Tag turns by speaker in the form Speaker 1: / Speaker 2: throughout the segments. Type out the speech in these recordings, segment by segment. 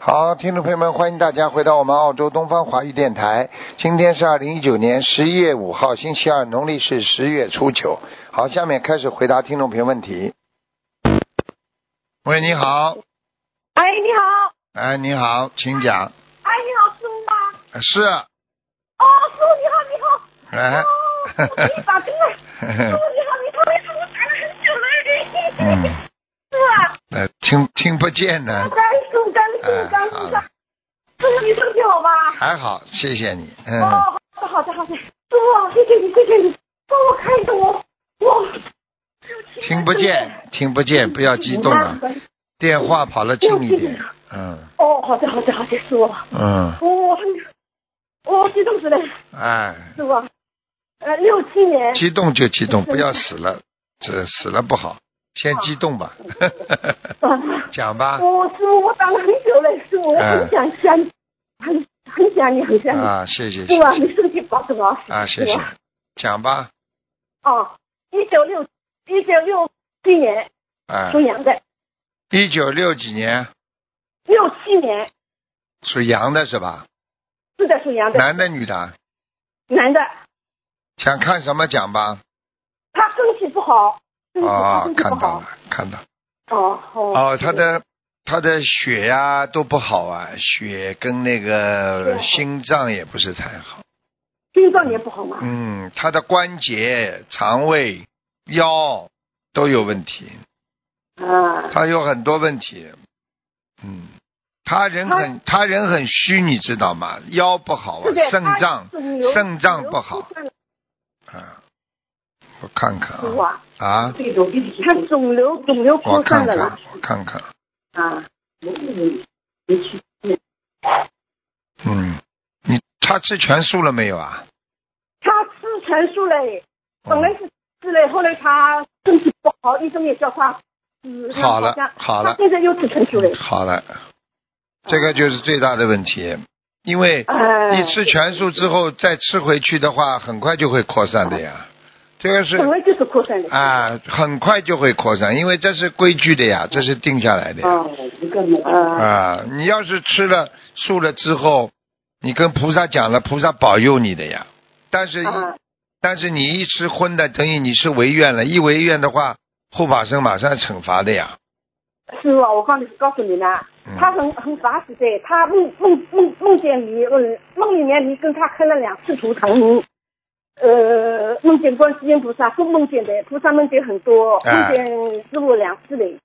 Speaker 1: 好，听众朋友们，欢迎大家回到我们澳洲东方华语电台。今天是二零一九年十一月五号，星期二，农历是十月初九。好，下面开始回答听众朋友问题。喂，你好，
Speaker 2: 哎，你好，
Speaker 1: 哎，你好，请讲。
Speaker 2: 哎，你好，师傅吗？
Speaker 1: 呃是，
Speaker 2: 哦，师傅你好，你好。
Speaker 1: 哎
Speaker 2: 哦，我给你打通了。师傅你好，你好，你好，我打了很久了。
Speaker 1: 嗯，
Speaker 2: 是啊，
Speaker 1: 呃，听听不见呢，哎
Speaker 2: 甘肃，甘肃，甘肃的。师傅，你身体好吗？
Speaker 1: 还好，谢谢你。嗯，
Speaker 2: 哦，好的，好的，好的。师傅，谢谢你，谢谢你。帮我看一下我，我。
Speaker 1: 听不见，听不见，不要激动啊，电话跑了近一点。嗯
Speaker 2: 哦，好的，好的，好的，师傅。
Speaker 1: 嗯，
Speaker 2: 我很，我激动死了，
Speaker 1: 哎，
Speaker 2: 师傅。呃，六七年。
Speaker 1: 激动就激动，不要死了，这死了不好，先激动吧。讲吧，
Speaker 2: 我师傅，我等了很久了，师傅，我很想想，很很想你，很想你，
Speaker 1: 啊，谢谢，
Speaker 2: 对
Speaker 1: 谢
Speaker 2: 吧？
Speaker 1: 谢
Speaker 2: 你身体保重啊！
Speaker 1: 啊，谢谢，讲吧，
Speaker 2: 哦，一九六一九六七年
Speaker 1: 哎
Speaker 2: 属，羊的，
Speaker 1: 一九六几年
Speaker 2: 六七年
Speaker 1: 属羊的是吧？
Speaker 2: 是的，属羊的，
Speaker 1: 男的女的？啊
Speaker 2: 男的，
Speaker 1: 想看什么讲吧？
Speaker 2: 他身体不好，身体他
Speaker 1: 啊
Speaker 2: 身，体嗯不
Speaker 1: 看到
Speaker 2: 好
Speaker 1: 了，，看到了。
Speaker 2: 哦哦
Speaker 1: 哦，他的他的血呀、都不好啊，血跟那个
Speaker 2: 对
Speaker 1: 心脏也不是太好。
Speaker 2: 心脏也不好嘛，
Speaker 1: 嗯，他的关节、肠胃、腰都有问题，嗯
Speaker 2: 啊，
Speaker 1: 他有很多问题。嗯，他人很他人很虚，你知道吗？腰不好啊
Speaker 2: 是的，，
Speaker 1: 肾脏
Speaker 2: 他是瘤
Speaker 1: 肾脏不好
Speaker 2: 瘤出现了
Speaker 1: 啊，我看看
Speaker 2: 师傅
Speaker 1: 啊
Speaker 2: 啊，
Speaker 1: 啊，
Speaker 2: 他肿瘤肿瘤
Speaker 1: 我
Speaker 2: 扩
Speaker 1: 看
Speaker 2: 散了
Speaker 1: 看
Speaker 2: 嘛，
Speaker 1: 我看看，
Speaker 2: 啊，
Speaker 1: 嗯，你他吃全素了没有啊？
Speaker 2: 他吃全素嘞。本来
Speaker 1: 嗯
Speaker 2: 是吃嘞，后来他身体不好，医生也叫他吃。他
Speaker 1: 好了
Speaker 2: 像
Speaker 1: 好了
Speaker 2: 他现在又吃成熟嘞。
Speaker 1: 好了，这个就是最大的问题，因为
Speaker 2: 哎，
Speaker 1: 嗯你吃全素之后再吃回去的话，很快就会扩散的呀。这个
Speaker 2: 本
Speaker 1: 是
Speaker 2: 来就是扩散的。
Speaker 1: 啊，很快就会扩散，因为这是规矩的呀，这是定下来的呀。
Speaker 2: 啊，一个人啊，
Speaker 1: 啊，你要是吃了素了之后，你跟菩萨讲了，菩萨保佑你的呀。但是，
Speaker 2: 啊，
Speaker 1: 但是你一吃荤的，等于你是违愿了。一违愿的话，护法神马上惩罚的呀。
Speaker 2: 师傅啊，我刚才告诉你呢，
Speaker 1: 嗯
Speaker 2: 他很很法喜的，他梦梦梦梦见你，嗯，梦里面你跟他开了两次图腾。呃，梦见观世音菩萨都梦见的，菩萨梦见很多，
Speaker 1: 哎
Speaker 2: 梦见师傅两次嘞。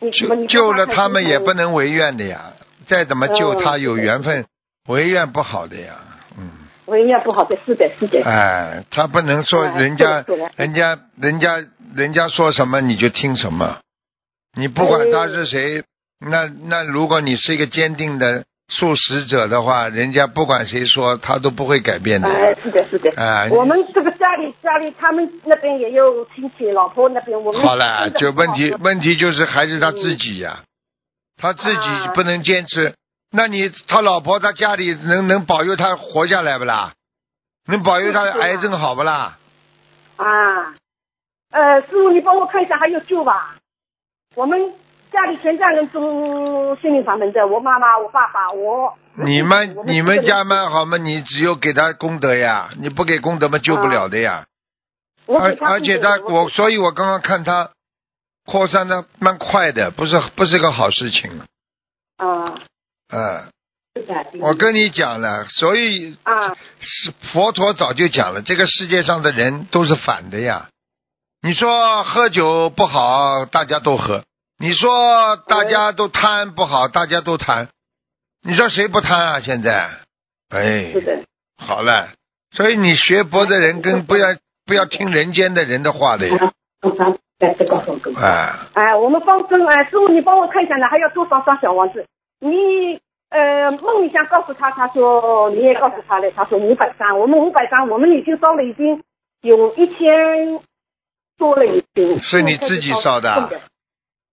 Speaker 2: 你什么
Speaker 1: 救
Speaker 2: 你
Speaker 1: 救
Speaker 2: 跟
Speaker 1: 了
Speaker 2: 开
Speaker 1: 他们
Speaker 2: 图
Speaker 1: 也
Speaker 2: 腾
Speaker 1: 不能违愿的呀，再怎么救
Speaker 2: 嗯
Speaker 1: 他有缘分，违愿不好的呀。嗯，
Speaker 2: 我也不好的，是的，是的。
Speaker 1: 哎，他不能说
Speaker 2: 哎
Speaker 1: 人家
Speaker 2: 对对对
Speaker 1: 人家人家人家说什么你就听什么，你不管他是谁，
Speaker 2: 嗯
Speaker 1: 那那如果你是一个坚定的素食者的话，人家不管谁说他都不会改变的
Speaker 2: 哎
Speaker 1: 呀。，
Speaker 2: 是的，是的。
Speaker 1: 哎
Speaker 2: 我们这个家里家里，他们那边也有亲戚，老婆那边我们
Speaker 1: 好了，就问题
Speaker 2: 真的不好
Speaker 1: 问题就是还是他自己呀、他自己
Speaker 2: 啊
Speaker 1: 不能坚持。那你他老婆他家里能能保佑他活下来不啦？能保佑他
Speaker 2: 是的
Speaker 1: 癌症好不啦？
Speaker 2: 啊。呃，师傅，你帮我看一下还有救吧？我们家里全家人都心灵法门的，我妈妈、我爸爸、我。
Speaker 1: 你们
Speaker 2: 我
Speaker 1: 你
Speaker 2: 四个
Speaker 1: 们
Speaker 2: 人
Speaker 1: 家蛮好嘛，你只有给他功德呀，你不给功德嘛救不了的呀。
Speaker 2: 我
Speaker 1: 而
Speaker 2: 给他
Speaker 1: 而且
Speaker 2: 送的
Speaker 1: 他我
Speaker 2: 我
Speaker 1: 所以，我刚刚看他扩散的蛮快的，不是不是个好事情。
Speaker 2: 啊，
Speaker 1: 嗯，我跟你讲了，所以
Speaker 2: 啊，
Speaker 1: 是佛陀早就讲了，这个世界上的人都是反的呀。你说喝酒不好，大家都喝；你说大家都贪不好，大家都贪。你说谁不贪啊？现在，哎
Speaker 2: 是，的，
Speaker 1: 好了，所以你学佛的人跟不要不要听人间的人的话的呀，啊，
Speaker 2: 哎，我们帮跟哎，师傅你帮我看一下呢，还要多少张小王子？你呃梦里想告诉他，他说你也告诉他了，他说五百张，我们五百张，我们已经烧了已经有一千多了已经。
Speaker 1: 是你自己烧的啊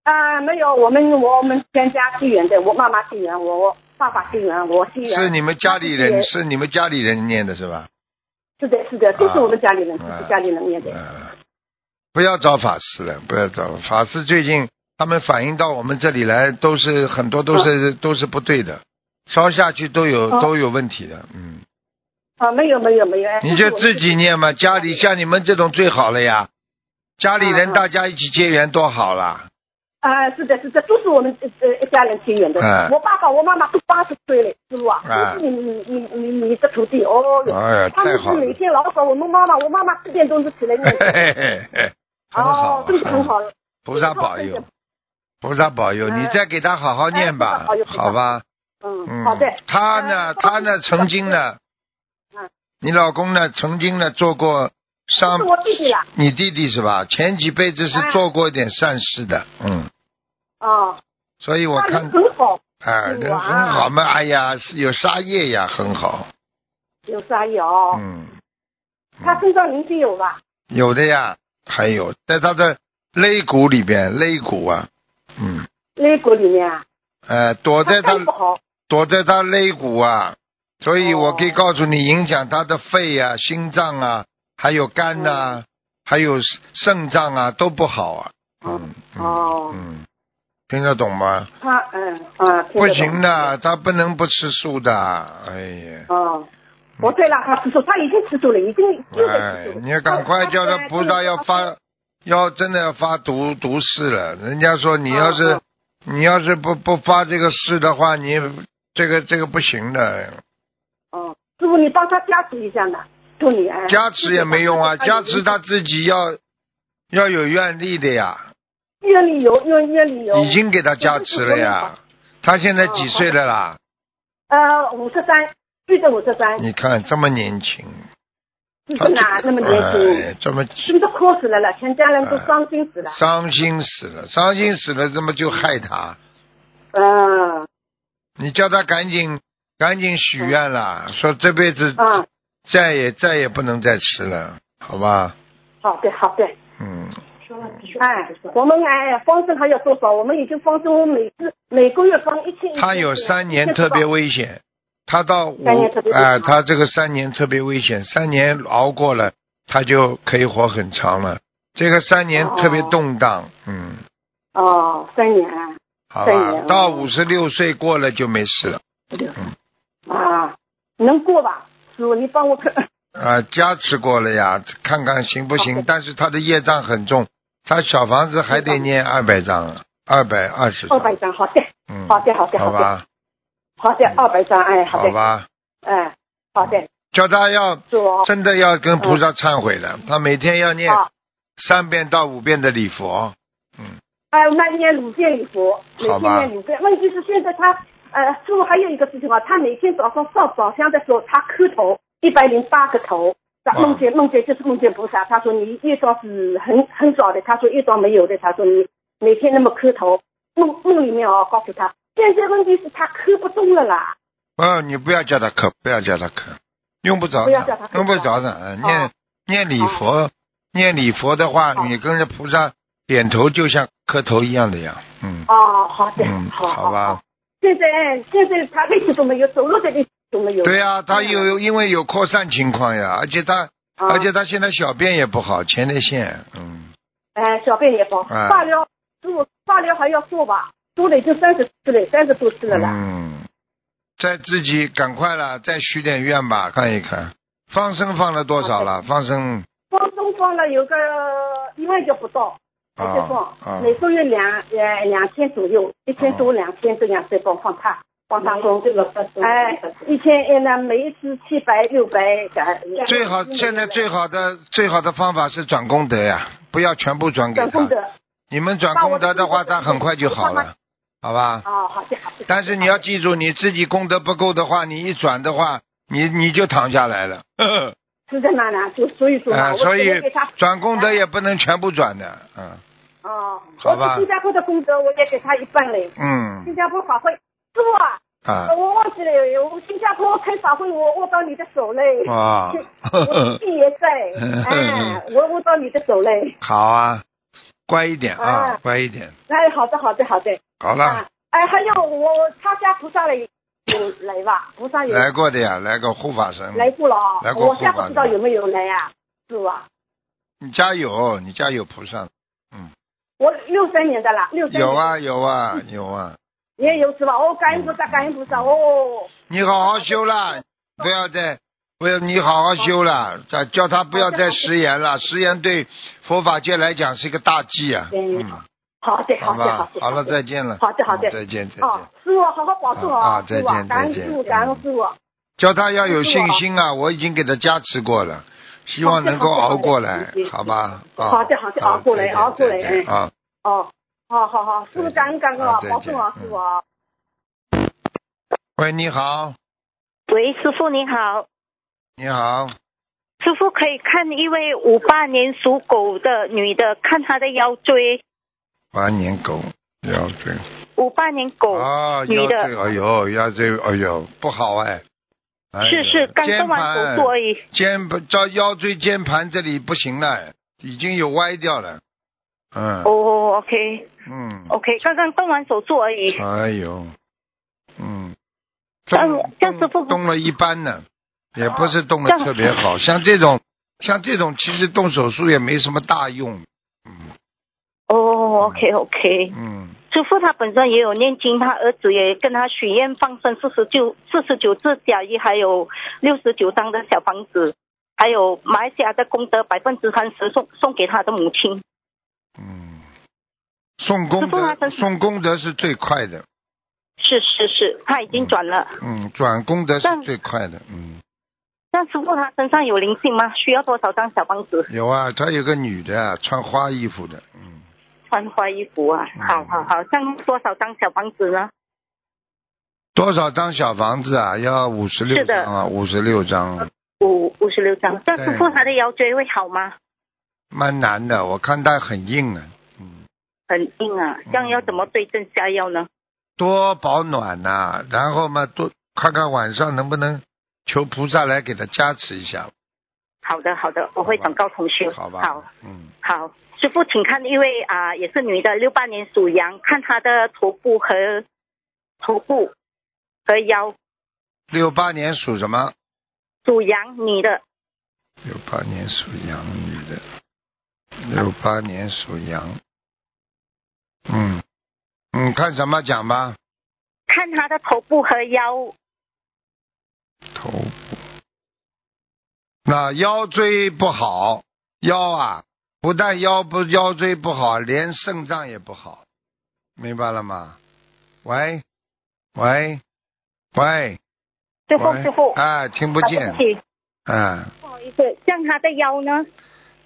Speaker 2: 啊、没有，我们我们全家结缘的，我妈妈结缘，我爸爸结缘，我结缘。
Speaker 1: 是你们家里
Speaker 2: 他
Speaker 1: 人
Speaker 2: 自己
Speaker 1: 是你们家里人念的是吧？
Speaker 2: 也是的，是的，都是我们家里人，都
Speaker 1: 啊
Speaker 2: 是家里人念的。
Speaker 1: 啊，不要找法师了，不要找法师。最近他们反映到我们这里来，都是很多都是、都是不对的，烧下去都有、
Speaker 2: 嗯哦
Speaker 1: 都有问题的，嗯。
Speaker 2: 啊，没有没有没有，哎
Speaker 1: 你就自己念嘛，家里像你们这种最好了呀，家里人
Speaker 2: 嗯嗯
Speaker 1: 大家一起结缘多好啦。
Speaker 2: 啊，是的，是的，都是我们呃呃一家人结缘的。
Speaker 1: 哎
Speaker 2: 我爸爸、我妈妈都八十岁了，师傅啊，
Speaker 1: 哎
Speaker 2: 都是你你你你你的徒弟哦哟。
Speaker 1: 哎呀，
Speaker 2: 他
Speaker 1: 太
Speaker 2: 们
Speaker 1: 好
Speaker 2: 是每
Speaker 1: 了，
Speaker 2: 天老早，我们妈妈，我妈妈四点钟就起来念
Speaker 1: 嘿，嘿嘿嘿，很好
Speaker 2: 哦，，真的很好，
Speaker 1: 菩萨保
Speaker 2: 哎
Speaker 1: 佑，菩萨保佑，
Speaker 2: 嗯
Speaker 1: 你再给他好好念吧
Speaker 2: 哎菩萨保佑，菩萨
Speaker 1: 好吧？
Speaker 2: 嗯，
Speaker 1: 嗯，
Speaker 2: 好的，
Speaker 1: 他呢，
Speaker 2: 嗯
Speaker 1: 他呢，曾经呢
Speaker 2: 嗯，
Speaker 1: 你老公呢，曾经呢做过上
Speaker 2: 是，我弟弟啦，
Speaker 1: 你弟弟是吧？前几辈子是
Speaker 2: 哎
Speaker 1: 做过一点善事的，嗯，
Speaker 2: 哦，
Speaker 1: 所以我
Speaker 2: 他
Speaker 1: 看
Speaker 2: 人，很好，
Speaker 1: 哎，人
Speaker 2: 啊
Speaker 1: 很好嘛，哎呀，是有杀业呀，很好，
Speaker 2: 有啥有？哦，
Speaker 1: 嗯，
Speaker 2: 他身上灵性有吧？
Speaker 1: 有的呀，还有在他的肋骨里边，肋骨啊，嗯，
Speaker 2: 肋骨里面啊，
Speaker 1: 呃，躲在他
Speaker 2: 肝不好，
Speaker 1: 躲在他肋骨啊，所以我可以
Speaker 2: 哦
Speaker 1: 告诉你，影响他的肺啊、心脏啊，还有肝呐、
Speaker 2: 嗯
Speaker 1: 还有肾脏啊，都不好啊。嗯，嗯
Speaker 2: 哦
Speaker 1: 嗯，听得懂吗？
Speaker 2: 他嗯啊，听
Speaker 1: 不
Speaker 2: 得懂
Speaker 1: 行的，他不能不吃素的。哎呀，
Speaker 2: 哦，我再让他吃素，他已经吃素了，已经又在
Speaker 1: 哎
Speaker 2: 吃素，了。呃
Speaker 1: 你要赶快叫他菩萨要发，要真的要发毒毒誓了。人家说你要是、
Speaker 2: 哦
Speaker 1: 你要是不不发这个誓的话，你这个这个不行的。
Speaker 2: 哦，师傅，你帮他加持一下呢，祝你哎。
Speaker 1: 加持也没用啊，加持他自己要要有愿力的呀，
Speaker 2: 院里有，院院里有。
Speaker 1: 已经给他加持了呀。他现在几岁了
Speaker 2: 嗯
Speaker 1: 啦？
Speaker 2: 呃五十三，对着五十三，
Speaker 1: 你看这么年轻，
Speaker 2: 你是哪那么年
Speaker 1: 哎
Speaker 2: 轻？，
Speaker 1: 这么
Speaker 2: 是不是哭死了了？全家人都伤心死了。
Speaker 1: 伤心死了，伤心死了，这么就害他？
Speaker 2: 嗯
Speaker 1: 你叫他赶紧赶紧许愿啦，说这辈子
Speaker 2: 嗯，
Speaker 1: 再也再也不能再吃了，好吧？
Speaker 2: 好的好的。
Speaker 1: 嗯，
Speaker 2: 哎，我们哎放生还有多少？我们已经放生，我每次每个月放一千。
Speaker 1: 他有三年特别
Speaker 2: 危
Speaker 1: 危险，他到五
Speaker 2: 三年特别危险
Speaker 1: 啊、他这个三年特别危险，三年熬过了，他就可以活很长了。这个三年特别动荡，嗯，
Speaker 2: 哦，三年啊
Speaker 1: 好
Speaker 2: 三
Speaker 1: 吧
Speaker 2: 年，
Speaker 1: 到
Speaker 2: 哦
Speaker 1: 五十六岁过了就没事了嗯
Speaker 2: 啊，能过吧？师傅，你帮我看。
Speaker 1: 啊、加持过了呀，看看行不
Speaker 2: 好
Speaker 1: 行
Speaker 2: 的？
Speaker 1: 但是他的业障很重，他小房子还得念二百张，啊二百二十
Speaker 2: 二
Speaker 1: 张，
Speaker 2: 百张，好的，
Speaker 1: 嗯，
Speaker 2: 好的，好的，
Speaker 1: 好
Speaker 2: 好的，
Speaker 1: 吧，
Speaker 2: 好的，二百张，哎，
Speaker 1: 嗯
Speaker 2: 好
Speaker 1: 好
Speaker 2: 的，
Speaker 1: 吧，嗯
Speaker 2: 哎，好的，
Speaker 1: 叫他要
Speaker 2: 祝我
Speaker 1: 真的要跟
Speaker 2: 嗯
Speaker 1: 菩萨忏悔的，他每天要念
Speaker 2: 啊，
Speaker 1: 三遍到五遍的礼佛，
Speaker 2: 哎，我们念五遍礼佛，每
Speaker 1: 好
Speaker 2: 天
Speaker 1: 吧
Speaker 2: 念五遍。问题是现在他，呃，师傅还有一个事情啊，他每天早上上早香的时候，他磕头一百零八个头。他
Speaker 1: 哇
Speaker 2: 梦见梦见就是梦见菩萨，他说你业障是很很少的，他说业障没有的，他说你每天那么磕头，梦梦里面啊告诉他，现在问题是他磕不动了啦，
Speaker 1: 哦，你不要叫他磕，不要叫他磕，用不着
Speaker 2: 不要叫他
Speaker 1: 的，
Speaker 2: 磕
Speaker 1: 用不着的。呃念、
Speaker 2: 哦
Speaker 1: 念礼佛，念礼佛的
Speaker 2: 哦
Speaker 1: 话，你跟着菩萨点头，就像磕头一样的呀。嗯
Speaker 2: 哦，好的，
Speaker 1: 嗯，
Speaker 2: 好好
Speaker 1: 吧。
Speaker 2: 现在现在他位置都没有，走路的位置都没有。
Speaker 1: 对呀、他
Speaker 2: 嗯
Speaker 1: 有因为有扩散情况呀，而且他、
Speaker 2: 啊，
Speaker 1: 而且他现在小便也不好，前列腺，嗯，
Speaker 2: 哎、小便也包，
Speaker 1: 哎
Speaker 2: 化疗，师傅化疗还要做吧？做了已经三十次了，三十多次了啦。
Speaker 1: 嗯，再自己赶快了，再许点愿吧，看一看，放生放了多少了？放生
Speaker 2: 放松放了有个一万就不到，我就
Speaker 1: 啊
Speaker 2: 放，
Speaker 1: 啊哦
Speaker 2: 每个月两呃两千左右，一千多两千这样再帮放他。帮他说，哎，一千一呢，每一次七百六百呃 的，
Speaker 1: 最好现在最好的最好的方法是转功德呀，不要全部转给
Speaker 2: 转
Speaker 1: 他
Speaker 2: 功。德，
Speaker 1: 你们转功德的话，他很快就好了，好吧？
Speaker 2: 哦，好的好的。
Speaker 1: 但是你要记住，你自己功德不够的话，你一转的话，你你就躺下来 了。啊、
Speaker 2: 是在哪呢？就所以说啊嘛，我
Speaker 1: 所
Speaker 2: 只能
Speaker 1: 以
Speaker 2: 给他
Speaker 1: 转功德也不能全部转的，嗯
Speaker 2: 哦，
Speaker 1: 好吧
Speaker 2: 我去新加坡的功德我也给他一半嘞。新
Speaker 1: 嗯
Speaker 2: 加坡法会，师傅啊，
Speaker 1: 啊
Speaker 2: 呃我忘记了，我新加坡开法会，我握到你的手嘞。
Speaker 1: 啊，
Speaker 2: 我弟也在，哎，我握到你的手嘞。
Speaker 1: 好啊，乖一点啊
Speaker 2: 啊，
Speaker 1: 乖一点，
Speaker 2: 哎，好的，好的，好的。
Speaker 1: 好了
Speaker 2: 啊，，哎，还有我他家菩萨嘞，有来吧？菩萨有
Speaker 1: 来过的呀，来个护法神，
Speaker 2: 哎来过了啊
Speaker 1: 来，过
Speaker 2: 我现在
Speaker 1: 护
Speaker 2: 不
Speaker 1: 法
Speaker 2: 知道
Speaker 1: 的
Speaker 2: 有没有来啊，师傅啊，
Speaker 1: 你家有你家有菩萨，
Speaker 2: 我六三年的啦，六三年
Speaker 1: 有啊有啊有啊，
Speaker 2: 也有是吧？哦，感恩菩
Speaker 1: 嗯
Speaker 2: 萨，感恩菩萨，哦，
Speaker 1: 你好好修 了，不要再不要你好好修了，再叫他不要再食言了，食言对佛法界来讲是一个大忌啊。
Speaker 2: 嗯
Speaker 1: 嗯，
Speaker 2: 好的，好的，好
Speaker 1: 吧，
Speaker 2: 的，
Speaker 1: 好了，
Speaker 2: 的
Speaker 1: 再见了。
Speaker 2: 好的好的
Speaker 1: 嗯再见再
Speaker 2: 哦
Speaker 1: 见。，
Speaker 2: 师傅好好保重
Speaker 1: 啊啊
Speaker 2: 啊，
Speaker 1: 再
Speaker 2: 师傅啊
Speaker 1: 见，
Speaker 2: 感
Speaker 1: 再
Speaker 2: 恩
Speaker 1: 见
Speaker 2: 师傅，感恩师傅，
Speaker 1: 叫他要有信心啊！我已经给他加持过了，希望能够熬过来
Speaker 2: 好的，
Speaker 1: 好吧？啊，
Speaker 2: 好的好的熬过来
Speaker 1: 再见
Speaker 2: 熬过来
Speaker 1: 再见啊！
Speaker 2: 哦，好好好，师
Speaker 1: 再
Speaker 2: 傅
Speaker 1: 见
Speaker 2: 感恩感恩啊
Speaker 1: 啊，再
Speaker 2: 保重啊，
Speaker 1: 见
Speaker 2: 师傅啊。
Speaker 1: 喂，你好，
Speaker 3: 喂，师傅您好，
Speaker 1: 你好，
Speaker 3: 师傅可以看一位五八年属狗的女的，看她的腰椎，
Speaker 1: 八年狗腰椎
Speaker 3: 五八年狗，
Speaker 1: 啊，
Speaker 3: 哦女
Speaker 1: 腰
Speaker 3: 的
Speaker 1: 椎，哎呦，腰椎，哎呦，不好哎，哎
Speaker 3: 是是刚
Speaker 1: 肩
Speaker 3: 做完手
Speaker 1: 盘
Speaker 3: 术而已，
Speaker 1: 肩膀到腰椎间盘这里不行了，已经有歪掉了，嗯
Speaker 3: 哦，OK 哦
Speaker 1: 嗯，
Speaker 3: OK，刚刚动完手术而已，
Speaker 1: 哎呦，嗯，
Speaker 3: 但
Speaker 1: 动
Speaker 3: 这样子
Speaker 1: 动
Speaker 3: 不哦
Speaker 1: 动了一般呢，也不是动
Speaker 3: 这
Speaker 1: 的
Speaker 3: 样
Speaker 1: 特别好。像这种，像这种，其实动手术也没什么大用。嗯
Speaker 3: 哦，OK OK，
Speaker 1: 嗯，
Speaker 3: 师傅他本身也有念经，他儿子也跟他许愿放生四十九四十九只甲鱼，还有六十九张的小房子，还有马来西亚的功德百分之三十送送给他的母亲。
Speaker 1: 嗯，送功
Speaker 3: 师父还
Speaker 1: 德，
Speaker 3: 真是
Speaker 1: 送功德是最快的。
Speaker 3: 是是是，他已经转了。
Speaker 1: 嗯，转功德是
Speaker 3: 但
Speaker 1: 最快的。嗯，
Speaker 3: 但师傅他身上有灵性吗？需要多少张小房子
Speaker 1: 有啊，他有个女的穿花衣服的。嗯，
Speaker 3: 穿花衣服啊？
Speaker 1: 嗯
Speaker 3: 好好好，像多少张小房子呢？
Speaker 1: 多少张小房子啊？要五十六
Speaker 3: 是的
Speaker 1: 张啊，五十六张，
Speaker 3: 五五十六张。但
Speaker 1: 对
Speaker 3: 师傅他的腰椎会好吗？
Speaker 1: 蛮难的。我看他很硬啊。嗯。
Speaker 3: 很硬啊，这样要怎么对症下药呢？
Speaker 1: 多保暖呐、然后嘛，多看看晚上能不能求菩萨来给他加持一下，
Speaker 3: 好的好的，我会
Speaker 1: 好吧
Speaker 3: 转告同学。
Speaker 1: 好吧？
Speaker 3: 好
Speaker 1: 嗯，
Speaker 3: 好，师傅请看一位啊、也是女的，六八年属羊，看她的头部和头部和腰，
Speaker 1: 六八年属什么？
Speaker 3: 属羊女的，
Speaker 1: 六八年属羊女的，六八年属羊。嗯，嗯，看什么讲吧？
Speaker 3: 看她的头部和腰
Speaker 1: 头部，那腰椎不好，腰啊，不但腰不腰椎不好，连肾脏也不好，明白了吗？喂，喂，喂，
Speaker 3: 师傅
Speaker 1: 喂
Speaker 3: 师傅，
Speaker 1: 哎，听不见
Speaker 3: 啊对，起
Speaker 1: 嗯，
Speaker 3: 不好意思，像他的腰呢？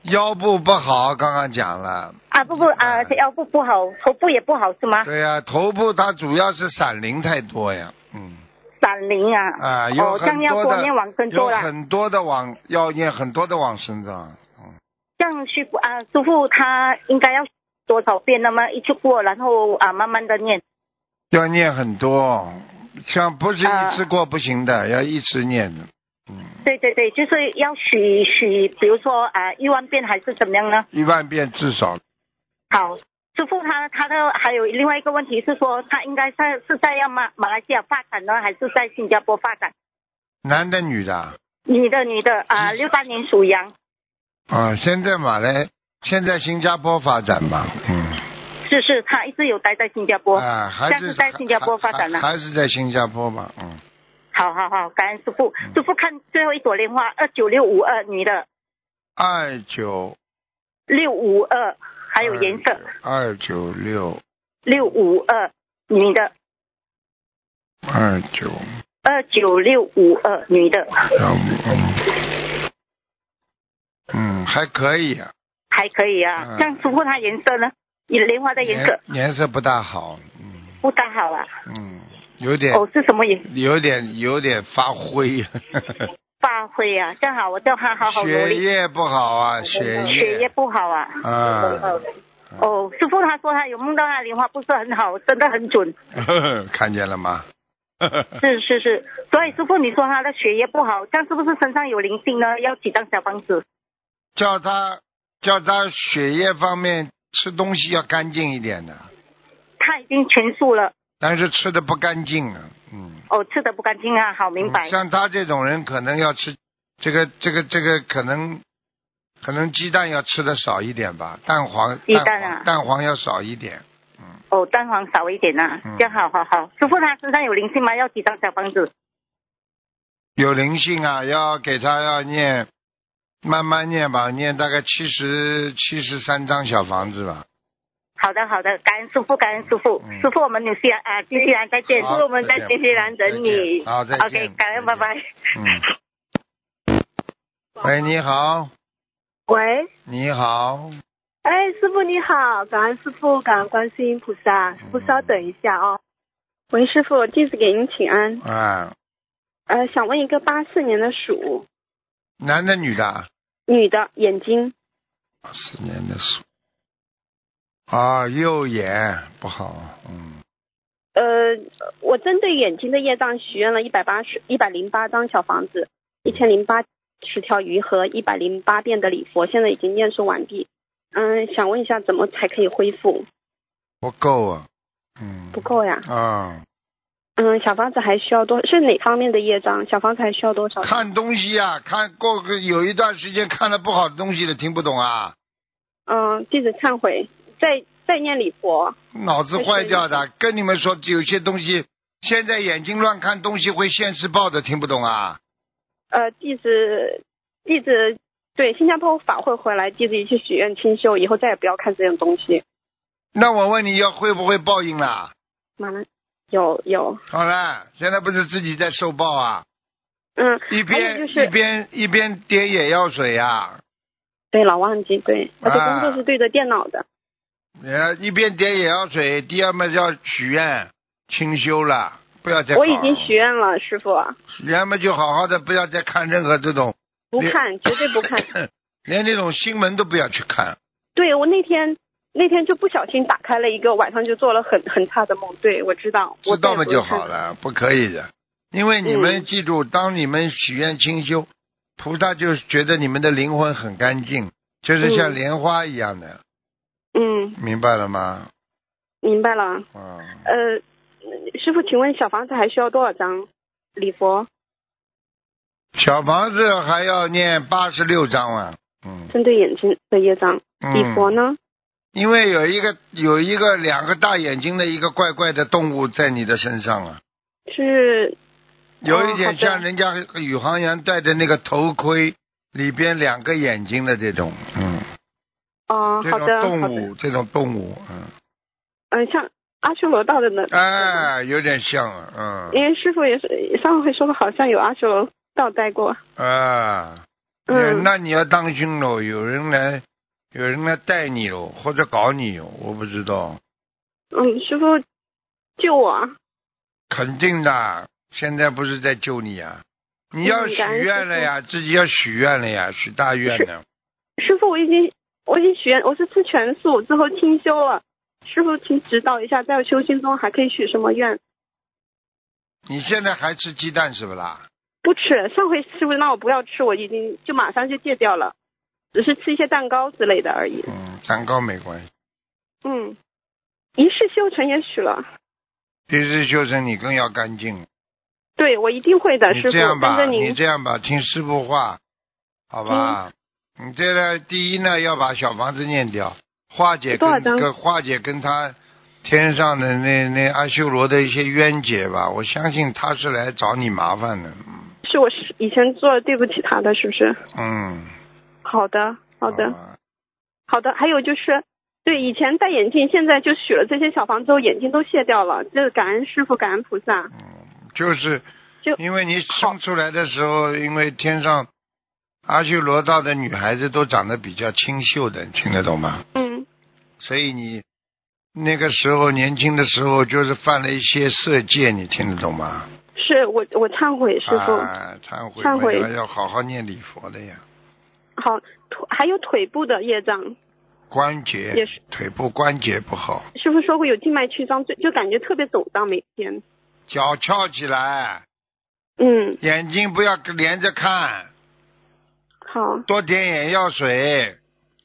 Speaker 1: 腰部不好，刚刚讲了，
Speaker 3: 啊，不不啊，
Speaker 1: 嗯
Speaker 3: 腰部不好，头部也不好是吗？
Speaker 1: 对呀、头部它主要是闪灵太多呀，嗯，
Speaker 3: 闪灵啊，
Speaker 1: 啊，有
Speaker 3: 哦，这
Speaker 1: 很
Speaker 3: 样要
Speaker 1: 多
Speaker 3: 多
Speaker 1: 的，
Speaker 3: 念往生咒
Speaker 1: 有
Speaker 3: 啦。
Speaker 1: 很多的往要念很多的往生咒，嗯，
Speaker 3: 这样去啊，师傅他应该要多少遍那么一次过，然后啊慢慢的念。
Speaker 1: 要念很多，像不是一
Speaker 3: 啊
Speaker 1: 次过不行的，要一直念的，嗯，
Speaker 3: 对对对，就是要许许，比如说啊一万遍还是怎么样呢？
Speaker 1: 一万遍至少，
Speaker 3: 好，师傅他他的还有另外一个问题是说，他应该在是在要马马来西亚发展呢，还是在新加坡发展？
Speaker 1: 男的女的啊。
Speaker 3: 女的女的啊，六八年属羊。
Speaker 1: 啊，现在马来，现在新加坡发展吧，嗯，
Speaker 3: 是是，他一直有待在新加坡。
Speaker 1: 啊，还
Speaker 3: 但
Speaker 1: 是
Speaker 3: 是在新加坡发展呢啊
Speaker 1: 还还还是在新加坡吧，嗯，
Speaker 3: 好好好，感恩师傅。师傅看最后一朵莲花，二九六五二女的，
Speaker 1: 二九，
Speaker 3: 六五二，还有颜色，
Speaker 1: 二九六，
Speaker 3: 六五二女的，
Speaker 1: 二九
Speaker 3: 二九六五二女的，
Speaker 1: 幺五，嗯嗯，还可以、啊，
Speaker 3: 还可以啊
Speaker 1: 嗯。哎
Speaker 3: 像师傅它颜色呢？你莲花的颜色
Speaker 1: 颜颜色不大好，嗯
Speaker 3: 不大好啊。
Speaker 1: 嗯，有点、
Speaker 3: 哦，是什么颜？
Speaker 1: 有点有点发灰，
Speaker 3: 发灰啊，正好我叫他好好努
Speaker 1: 血
Speaker 3: 力。
Speaker 1: 液不好啊，血
Speaker 3: 血液不好啊。
Speaker 2: 嗯
Speaker 1: 啊，
Speaker 3: 哦，师傅他说他有梦到他莲花不是很好，真的很准。
Speaker 1: 嗯啊看见了吗？
Speaker 3: 是是是，所以师傅你说他的血液不好，这样是不是身上有灵性呢？要几张小房子？
Speaker 1: 叫他叫他血液方面吃东西要干净一点的，
Speaker 3: 他已经全素了，
Speaker 1: 但是吃的不干净啊，嗯，
Speaker 3: 哦，吃的不干净啊，好明白。
Speaker 1: 像他这种人可能要吃这个这个这个可能可能鸡蛋要吃的少一点吧，蛋黄
Speaker 3: 鸡蛋啊
Speaker 1: 蛋黄蛋黄要少一点，嗯，
Speaker 3: 哦，蛋黄少一点呐、
Speaker 1: 嗯
Speaker 3: 这样好好好。师傅他身上有灵性吗？要几张小房子？
Speaker 1: 有灵性啊，要给他要念，慢慢念吧，念大概七十七十三张小房子吧。
Speaker 3: 好的，好的，感恩师傅，感恩师傅，
Speaker 1: 嗯
Speaker 3: 师傅，我们纽西兰啊，新西兰再见，师
Speaker 1: 好
Speaker 3: 傅，我们在
Speaker 1: 再见
Speaker 3: 新西兰等你。
Speaker 1: 再见好再见
Speaker 3: OK，感恩，
Speaker 1: 再
Speaker 3: 拜
Speaker 1: 见
Speaker 3: 拜。
Speaker 1: 嗯。喂，你好，
Speaker 2: 喂，
Speaker 1: 你好，
Speaker 2: 哎，师傅你好，感恩师傅，感恩观世音菩萨，师傅稍等一下哦。喂，师傅，弟子给您请安。
Speaker 1: 啊，
Speaker 2: 呃，想问一个八四年的鼠
Speaker 1: 男的女的啊？
Speaker 2: 女的，眼睛
Speaker 1: 四年的鼠。啊，右眼不好，嗯，
Speaker 2: 呃，我针对眼睛的业障许愿了一百八十、一百零八张小房子，一千零八十条鱼和一百零八遍的礼佛，现在已经念诵完毕。嗯，想问一下，怎么才可以恢复？
Speaker 1: 不够啊，嗯，
Speaker 2: 不够呀。
Speaker 1: 啊，
Speaker 2: 嗯，小房子还需要多是哪方面的业障？小房子还需要多少？
Speaker 1: 看东西呀、看过个有一段时间看了不好的东西了，听不懂啊，
Speaker 2: 嗯，弟子忏悔，再再念礼佛。
Speaker 1: 脑子坏掉的。跟你们说，有些东西现在眼睛乱看东西会现世报的，听不懂啊？
Speaker 2: 呃，弟子弟子对新加坡法会回来，弟子一去许愿清修，以后再也不要看这种东西。
Speaker 1: 那我问你要会不会报应啦？
Speaker 2: 完了，有有，
Speaker 1: 好了，现在不是自己在受报啊，
Speaker 2: 嗯，
Speaker 1: 一
Speaker 2: 还
Speaker 1: 边、
Speaker 2: 有就是
Speaker 1: 一边一边点眼药水啊呀、
Speaker 2: 对，老忘记，对，而且
Speaker 1: 啊
Speaker 2: 工作是对着电脑的。
Speaker 1: 呃，一边点眼药水，第二嘛要许愿清修了，不要再搞
Speaker 2: 我已经许愿了，师傅，
Speaker 1: 许愿嘛，就好好的，不要再看任何这种，
Speaker 2: 不
Speaker 1: 你
Speaker 2: 看，绝对不 看。
Speaker 1: 连那种新闻都不要去看。
Speaker 2: 对我那天那天就不小心打开了一个，晚上就做了很很差的梦。对，我知道，我
Speaker 1: 知道嘛
Speaker 2: 再也不会
Speaker 1: 就好
Speaker 2: 看。
Speaker 1: 了，不可以的，因为你们
Speaker 2: 嗯
Speaker 1: 记住，当你们许愿清修，菩萨就觉得你们的灵魂很干净，就是像
Speaker 2: 嗯
Speaker 1: 莲花一样的，
Speaker 2: 嗯，
Speaker 1: 明白了吗？
Speaker 2: 明白了。
Speaker 1: 啊，
Speaker 2: 呃，师傅，请问小房子还需要多少张？礼佛
Speaker 1: 小房子还要念八十六章啊，嗯，
Speaker 2: 针对眼睛的业障，礼佛
Speaker 1: 嗯，
Speaker 2: 呢？
Speaker 1: 因为有一个有一个两个大眼睛的一个怪怪的动物在你的身上啊，
Speaker 2: 是
Speaker 1: 有一
Speaker 2: 哦好
Speaker 1: 点
Speaker 2: 的
Speaker 1: 像人家宇航员戴的那个头盔里边两个眼睛的这种，嗯，
Speaker 2: 哦、
Speaker 1: 这
Speaker 2: 好
Speaker 1: 种
Speaker 2: 的，好
Speaker 1: 动
Speaker 2: 的。
Speaker 1: 物，这种动物，嗯。
Speaker 2: 嗯、像阿修罗道的呢？
Speaker 1: 哎，有点像啊，
Speaker 2: 因为师傅也是上回说的，好像有阿修罗道待过。
Speaker 1: 嗯啊，
Speaker 2: 嗯，
Speaker 1: 那你要当心喽，有人来，有人来带你喽，或者搞你哦，我不知道，
Speaker 2: 嗯，师傅救我啊。
Speaker 1: 肯定的，现在不是在救你啊，你要
Speaker 2: 嗯
Speaker 1: 许
Speaker 2: 感恩
Speaker 1: 愿了呀，自己要许愿了呀，许大愿 呢，
Speaker 2: 师傅，我已经我已经许愿，我是吃全素之后清修了。师傅，请指导一下，在我修心中还可以许什么愿？
Speaker 1: 你现在还吃鸡蛋是不啦？
Speaker 2: 不吃，上回师傅让我不要吃，我已经就马上就戒掉了，只是吃一些蛋糕之类的而已。
Speaker 1: 嗯，蛋糕没关系，
Speaker 2: 嗯，一世修成也许了，
Speaker 1: 第四修成你更要干净，
Speaker 2: 对我一定会的，
Speaker 1: 你
Speaker 2: 师傅
Speaker 1: 这样
Speaker 2: 跟
Speaker 1: 吧，
Speaker 2: 着
Speaker 1: 你
Speaker 2: 您。
Speaker 1: 这样吧，听师傅话，好吧？
Speaker 2: 嗯
Speaker 1: 你这个第一呢，要把小房子念掉，化解
Speaker 2: 多少
Speaker 1: 跟
Speaker 2: 张
Speaker 1: 跟化解跟他天上的那那阿修罗的一些冤结吧。我相信他是来找你麻烦的，
Speaker 2: 是我是以前做了对不起他的，是不是？
Speaker 1: 嗯。
Speaker 2: 好的，好的，
Speaker 1: 吧
Speaker 2: 好的。还有就是，对以前戴眼镜，现在就许了这些小房之后，眼睛都卸掉了，这感恩师傅，感恩菩萨。
Speaker 1: 就是
Speaker 2: 就
Speaker 1: 因为你生出来的时候，因为天上阿修罗道的女孩子都长得比较清秀的，你听得懂吗？
Speaker 2: 嗯，
Speaker 1: 所以你那个时候年轻的时候，就是犯了一些色戒，你听得懂吗？
Speaker 2: 是我我忏悔，师傅。
Speaker 1: 啊，忏悔，
Speaker 2: 忏悔
Speaker 1: 要要好好念礼佛的呀。
Speaker 2: 好，腿还有腿部的业障，
Speaker 1: 关
Speaker 2: 也
Speaker 1: 节
Speaker 2: 是，
Speaker 1: 腿部关节不好，
Speaker 2: 师傅说过有静脉曲张，就就感觉特别肿胀，每天。
Speaker 1: 脚翘起来，
Speaker 2: 嗯，
Speaker 1: 眼睛不要连着看，
Speaker 2: 好，
Speaker 1: 多点眼药水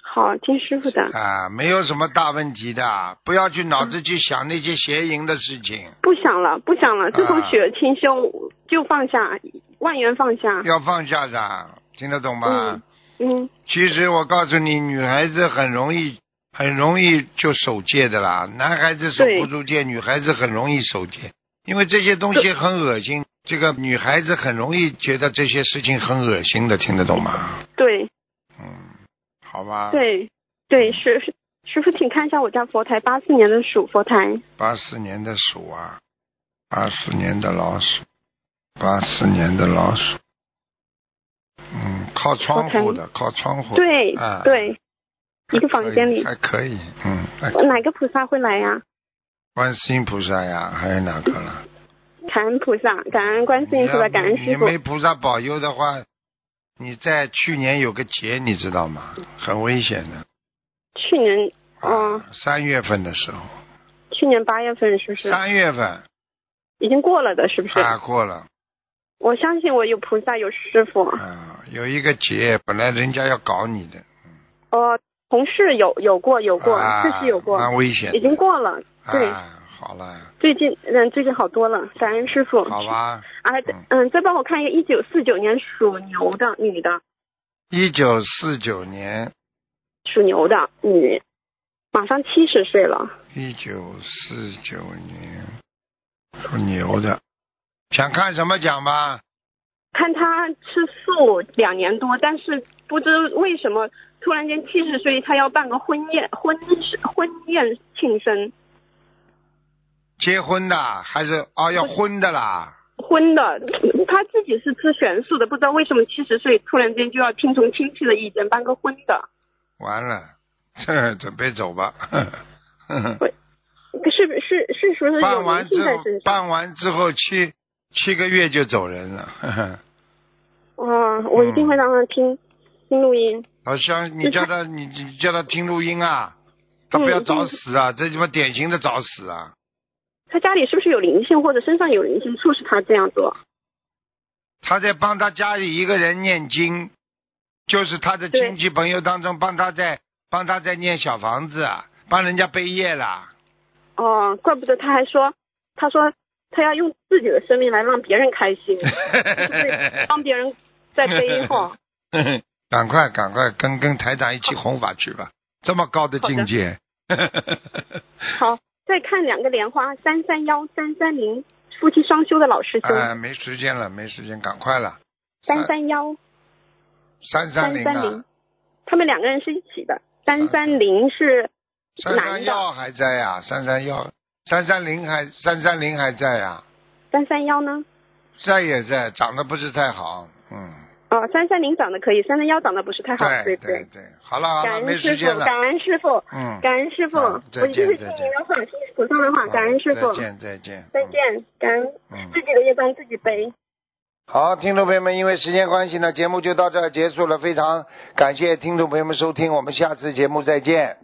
Speaker 2: 好，听师傅的。
Speaker 1: 啊，没有什么大问题的，不要去脑子去想那些邪淫的事情，
Speaker 2: 不想了，不想了，自从
Speaker 1: 啊
Speaker 2: 许了清修就放下，万元放下。
Speaker 1: 要放下的，听得懂吗？
Speaker 2: 嗯嗯
Speaker 1: 其实我告诉你，女孩子很容易很容易就守戒的啦。男孩子守
Speaker 2: 对
Speaker 1: 不住戒，女孩子很容易守戒，因为这些东西很恶心。这个女孩子很容易觉得这些事情很恶心的，听得懂吗？
Speaker 2: 对
Speaker 1: 嗯，好吧。。
Speaker 2: 对对，是是师傅，请看一下我家佛台，八四年的属佛台，
Speaker 1: 八四年的鼠啊，八四年的老鼠，八四年的老鼠。嗯，靠窗户的，靠窗户的。
Speaker 2: 对、
Speaker 1: 啊
Speaker 2: 对，
Speaker 1: 还可以，
Speaker 2: 一个房间里
Speaker 1: 还可以，嗯，还
Speaker 2: 哪个菩萨会来呀、
Speaker 1: 观世音菩萨呀，还有哪个了？
Speaker 2: 感恩菩萨，感恩观世音菩萨，感恩
Speaker 1: 你
Speaker 2: 师
Speaker 1: 要
Speaker 2: 傅。
Speaker 1: 没菩萨保佑的话，你在去年有个劫，你知道吗？很危险的。
Speaker 2: 去年，
Speaker 1: 啊
Speaker 2: 哦，
Speaker 1: 三月份的时候，
Speaker 2: 去年八月份是不是
Speaker 1: 三月份
Speaker 2: 已经过了的？是不是？
Speaker 1: 啊过了
Speaker 2: 我相信我有菩萨，有师傅。
Speaker 1: 啊，有一个劫，本来人家要搞你的，
Speaker 2: 哦，同事有有过有过，
Speaker 1: 啊
Speaker 2: 确实有过，
Speaker 1: 蛮危险的，
Speaker 2: 已经过了。对，
Speaker 1: 啊，好了，
Speaker 2: 最近嗯最近好多了，感恩师傅。
Speaker 1: 好吧。
Speaker 2: 啊，嗯，再帮我看一个一九四九年属牛的女的，
Speaker 1: 一九四九年，
Speaker 2: 属牛的女，马上七十岁了。
Speaker 1: 一九四九年，属牛的，想看什么奖吧？
Speaker 2: 看她吃素两年多，但是不知为什么突然间七十岁，她要办个婚宴，婚婚宴庆生，
Speaker 1: 结婚的还是哦要婚的啦？
Speaker 2: 婚的。她自己是吃全素的，不知道为什么七十岁突然间就要听从亲戚的意见办个婚的。
Speaker 1: 完了， 这准备走吧。
Speaker 2: 是不是是不是有
Speaker 1: 办
Speaker 2: 灵
Speaker 1: 完
Speaker 2: 性
Speaker 1: 之
Speaker 2: 在
Speaker 1: 后
Speaker 2: 身，上？
Speaker 1: 办完之后七七个月就走人了。
Speaker 2: 哦，我一定
Speaker 1: 嗯
Speaker 2: 会让他听、听录音。
Speaker 1: 好像你叫他，你你叫他听录音啊，他不要找死
Speaker 2: 嗯
Speaker 1: 啊，这他妈典型的找死啊！
Speaker 2: 他家里是不是有灵性，或者身上有灵性，促使他这样做？
Speaker 1: 他在帮他家里一个人念经，就是他的亲戚朋友当中帮他在帮他在念小房子，啊，帮人家背业啦。
Speaker 2: 哦，怪不得他还说，他说他要用自己的生命来让别人开 心，就是帮别人在背后。
Speaker 1: 赶快赶快跟跟台长一起弘法去吧，这么高的境界。
Speaker 2: 好，再看两个莲花，三三幺、三三零，夫妻双修的老师 兄，
Speaker 1: 哎，没时间了，没时间，赶快了。
Speaker 2: 三三幺、
Speaker 1: 三三
Speaker 2: 三
Speaker 1: 零
Speaker 2: 三
Speaker 1: 啊
Speaker 2: 零，，他们两个人是一起的。三三零是
Speaker 1: 三三幺还在呀、三三幺，三三零还三三零还在呀、
Speaker 2: 三三幺呢？
Speaker 1: 在也在，长得不是太好，嗯，
Speaker 2: 哦，三三零长得可以，三三幺长得不是太好，
Speaker 1: 对
Speaker 2: 对不
Speaker 1: 对对，好了好
Speaker 2: 感
Speaker 1: 啊了，没
Speaker 2: 恩师
Speaker 1: 时间
Speaker 2: 傅，
Speaker 1: 了，
Speaker 2: 感恩师傅，
Speaker 1: 嗯，
Speaker 2: 感恩师傅，
Speaker 1: 嗯再
Speaker 2: 我一定会
Speaker 1: 见
Speaker 2: 听
Speaker 1: 再
Speaker 2: 您
Speaker 1: 见啊
Speaker 2: 的话，听菩萨的话，感恩师傅
Speaker 1: 再，见再见，
Speaker 2: 再
Speaker 1: 嗯。
Speaker 2: 见，感恩
Speaker 1: 嗯
Speaker 2: 自己的业障自己背。
Speaker 1: 好，听众朋友们，因为时间关系呢，节目就到这儿结束了。非常感谢听众朋友们收听，我们下次节目再见。